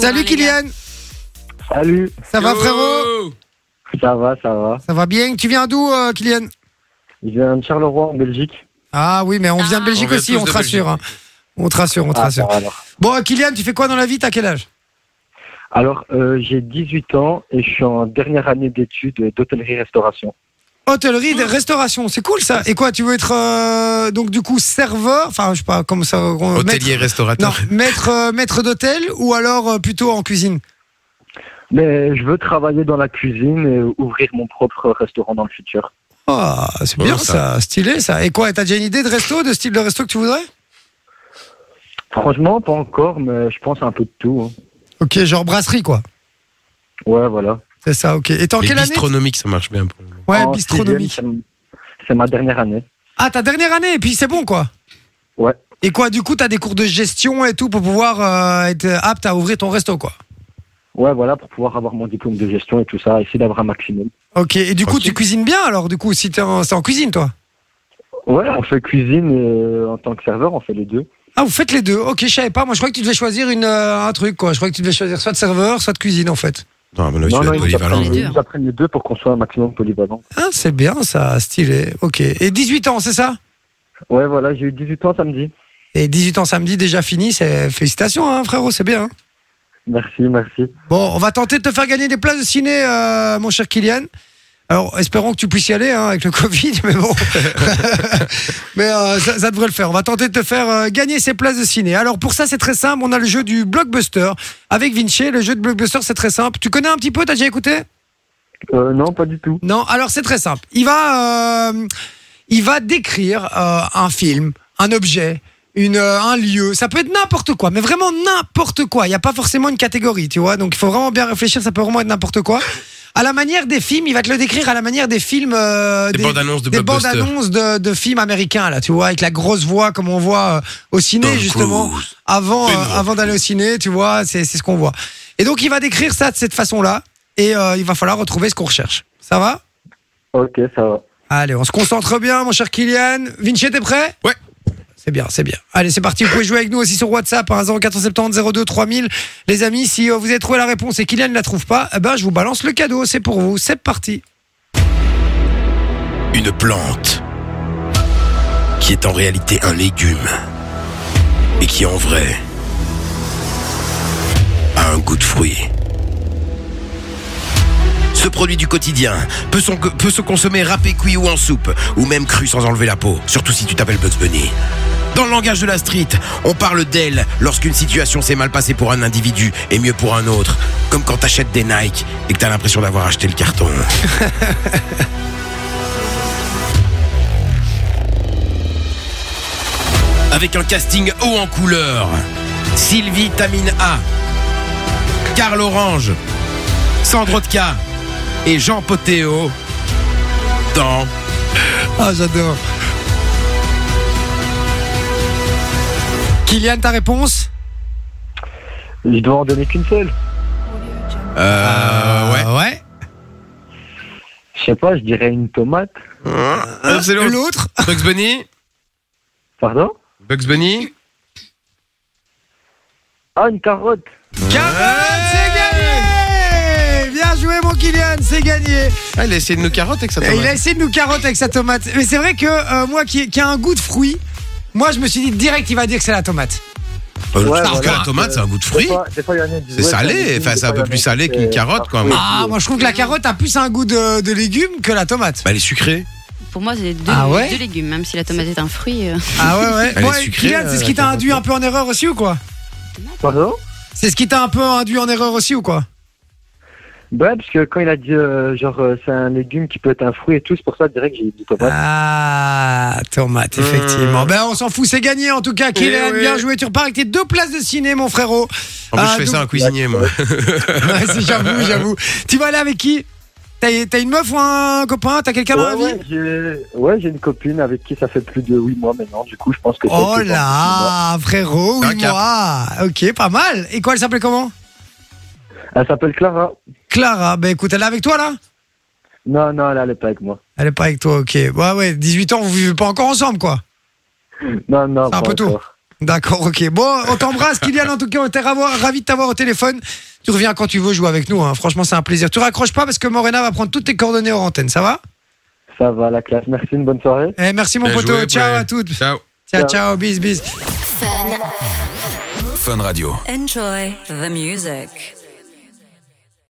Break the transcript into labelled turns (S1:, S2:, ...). S1: Salut
S2: les gars.
S1: Kylian,
S3: Salut,
S1: ça va frérot
S3: ça va, ça va.
S1: Ça va bien Tu viens d'où euh, Kylian
S3: Je viens de Charleroi en Belgique.
S1: Ah oui, mais on vient de
S2: Ah.
S1: Belgique
S4: On vient
S1: aussi,
S4: tous
S1: on
S4: de
S1: te rassure. hein. On te rassure,
S4: Oh,
S1: on te
S3: Ah, ça
S1: rassure.
S3: va alors,
S1: Bon euh, Kylian, tu fais quoi dans la vie T'as quel âge
S3: alors euh, j'ai 18 ans et je suis en dernière année d'études d'hôtellerie-restauration.
S1: Hôtellerie, des restaurations, c'est cool ça. Et quoi, tu veux être euh, donc du coup serveur, enfin je sais pas comment ça. on- maître-
S4: Hôtelier,
S1: non,
S4: restaurateur.
S1: maître, euh, maître d'hôtel ou alors euh, plutôt en cuisine
S3: Mais je veux travailler dans la cuisine et ouvrir mon propre restaurant dans le futur.
S1: Ah, c'est
S4: Oh,
S1: bien ça.
S4: ça.
S1: stylé ça. Et quoi, t'as déjà une idée de resto, de style de resto que tu voudrais
S3: Franchement, pas encore, mais je pense un peu de tout. hein.
S1: Ok, genre brasserie quoi.
S3: Ouais, voilà.
S1: C'est ça, ok. Et t'es en
S4: Les
S1: quelle année
S4: bistronomiques, ça marche bien pour le moment.
S1: Ouais,
S3: En
S1: bistronomique.
S3: sixième, C'est c'est ma dernière année.
S1: Ah, ta dernière année, et puis c'est bon quoi
S3: Ouais.
S1: Et quoi, du coup, t'as des cours de gestion et tout pour pouvoir euh, être apte à ouvrir ton resto, quoi.
S3: Ouais, voilà, pour pouvoir avoir mon diplôme de gestion et tout ça, essayer d'avoir un maximum.
S1: Ok, et du coup,
S4: Tranquille.
S1: tu cuisines bien alors, du coup, si t'es en, c'est en cuisine, toi
S3: Ouais, on fait cuisine et en tant que serveur, on fait les deux.
S1: Ah, vous faites les deux Ok, je savais pas, moi je crois que tu devais choisir une, euh, un truc, quoi. Je crois que tu devais choisir soit de serveur, soit de cuisine, en fait.
S4: Non, à mon avis, tu vas être
S3: ils nous
S4: polyvalent.
S3: apprennent-
S2: hein.
S3: ils nous apprennent les deux pour qu'on soit un maximum polyvalent.
S1: Ah, c'est bien ça, stylé. Ok, et 18 ans, c'est ça
S3: Ouais, voilà, j'ai eu 18 ans samedi.
S1: Et 18 ans samedi, déjà fini, c'est félicitations, hein, frérot, c'est bien. hein.
S3: Merci, merci.
S1: Bon, on va tenter de te faire gagner des places de ciné, euh, mon cher Kylian. Alors, espérons que tu puisses y aller hein, avec le Covid, mais bon. mais euh, ça, ça devrait le faire. On va tenter de te faire euh, gagner ces places de ciné. Alors, pour ça, c'est très simple. On a le jeu du blockbuster avec Vinci. Le jeu de blockbuster, c'est très simple. Tu connais un petit peu T'as déjà écouté
S3: Euh, non, pas du tout.
S1: Non Alors, c'est très simple. Il va, euh, il va décrire euh, un film, un objet. Une, euh, un lieu, ça peut être n'importe quoi, mais vraiment n'importe quoi. Il n'y a pas forcément une catégorie, tu vois. Donc il faut vraiment bien réfléchir, ça peut vraiment être n'importe quoi. À la manière des films, il va te le décrire à la manière des films. euh,
S4: Des bandes annonces de
S1: des bandes
S4: blockbuster.
S1: annonces de, de films américains là tu vois avec la grosse voix comme on voit euh, au ciné
S4: Tom
S1: justement
S4: Cruise.
S1: avant euh,
S4: Énorme.
S1: avant d'aller au ciné tu vois c'est c'est ce qu'on voit et donc il va décrire ça de cette façon là et euh, il va falloir retrouver ce qu'on recherche ça va
S3: Ok, ça va.
S1: allez on se concentre bien mon cher Kylian Vinci t'es prêt
S4: Ouais.
S1: c'est bien, c'est bien. Allez, c'est parti. Vous pouvez jouer avec nous aussi sur WhatsApp, hein, 0470 02 3000. Les amis, si euh, vous avez trouvé la réponse et Kylian ne la trouve pas, eh ben, je vous balance le cadeau. C'est pour vous. C'est parti.
S4: Une plante qui est en réalité un légume et qui en vrai a un goût de fruit. Ce produit du quotidien peut, son- peut se consommer râpé cuit ou en soupe, ou même cru sans enlever la peau, surtout si tu t'appelles Bugs Bunny. Dans le langage de la street, on parle d'elle lorsqu'une situation s'est mal passée pour un individu et mieux pour un autre, comme quand t'achètes des Nike et que t'as l'impression d'avoir acheté le carton. avec un casting haut en couleur. Sylvie Tamine A, Carl Orange, Sandro Tka et Jean Potéo dans
S1: Ah, j'adore. Kylian, ta réponse
S3: Je dois en donner qu'une seule.
S4: euh, ouais.
S1: ouais.
S3: Je sais pas, je dirais une tomate.
S1: Hein
S4: Euh, c'est l'autre.
S1: L'autre
S4: Bugs Bunny,
S3: Pardon
S4: Bugs Bunny.
S3: Ah, une carotte
S1: Carotte, c'est gagné Bien joué, mon Kylian, c'est gagné.
S4: Ah, il a essayé de nous carotter avec sa
S1: Et
S4: tomate.
S1: il a essayé de nous carotte avec sa tomate. Mais c'est vrai que euh, moi, qui, qui a un goût de fruit, moi, je me suis dit direct, il va dire que c'est la tomate.
S4: Euh,
S3: Ouais,
S4: alors que
S3: voilà.
S4: la tomate, c'est un goût de
S3: Des
S4: fruit.
S3: fois- des fois, il y en a qui disent,
S4: C'est
S3: ouais,
S4: salé,
S3: une légume,
S4: enfin, c'est
S3: des
S4: un
S3: fois,
S4: peu
S3: il y en a
S4: plus
S3: qui
S4: salé
S3: disent,
S4: qu'une
S3: euh,
S4: carotte,
S3: un
S4: quand
S3: fruit.
S4: même.
S1: Ah, moi, je trouve que la carotte a plus un goût de, de légume que la tomate.
S4: Bah, elle est sucrée.
S2: Pour moi, c'est deux,
S1: Ah ouais
S2: deux légumes, même si la tomate est un fruit. euh.
S1: Ah ouais, ouais.
S4: Elle est
S1: Ouais,
S4: sucrée,
S1: Kylian, c'est
S4: euh,
S1: ce qui
S4: la
S1: t'a
S4: carotte.
S1: induit un peu en erreur aussi ou quoi
S3: Pardon
S1: C'est ce qui t'a un peu induit en erreur aussi ou quoi
S3: Ouais, parce que quand il a dit, euh, genre, euh, c'est un légume qui peut être un fruit et tout, c'est pour ça, direct, j'ai dit tomate.
S1: Ah, tomate, effectivement.
S3: Mmh.
S1: Ben, on s'en fout, c'est gagné en tout cas.
S3: Eh
S1: Kylian,
S4: oui.
S1: bien joué. Tu repars avec tes deux places de ciné, mon frérot.
S4: En plus,
S1: Ah,
S4: je fais
S1: donc-
S4: ça à un cuisinier, moi.
S1: Ouais, c'est- j'avoue, j'avoue. Tu vas aller avec qui T'as t'as une meuf ou un copain T'as quelqu'un dans la
S3: Ouais,
S1: vie
S3: ouais, j'ai- ouais, j'ai une copine avec qui ça fait plus de 8 mois maintenant, du coup, je pense que ça a
S1: Oh
S3: été bon.
S1: là, frérot,
S4: Un
S1: oui,
S4: cap.
S1: moi. Ok, pas mal. Et quoi, elle s'appelait comment
S3: Elle s'appelle Clara.
S1: Clara. Ben écoute, elle est avec toi là
S3: Non, non, elle allait pas avec moi.
S1: Elle est pas avec toi, ok. Ouais, ouais, 18 ans, vous vivez pas encore ensemble, quoi.
S3: Non, non,
S1: C'est un
S3: pas
S1: peu tôt.
S3: encore.
S1: D'accord, ok. Bon, on t'embrasse, Kylian. En tout cas, on était ravo- ravis de t'avoir au téléphone. Tu reviens quand tu veux jouer avec nous. hein. Franchement, c'est un plaisir. Tu raccroches pas parce que Morena va prendre toutes tes coordonnées en antenne. Ça va
S3: Ça va, la classe. Merci, une bonne soirée.
S1: Eh, Merci, mon
S5: Bien
S1: poteau.
S5: joué,
S1: ciao
S5: Bré.
S1: à toutes.
S5: Ciao.
S1: Ciao, ciao. Bis, bis.
S6: Fun.
S7: Fun Radio.
S6: Enjoy the music.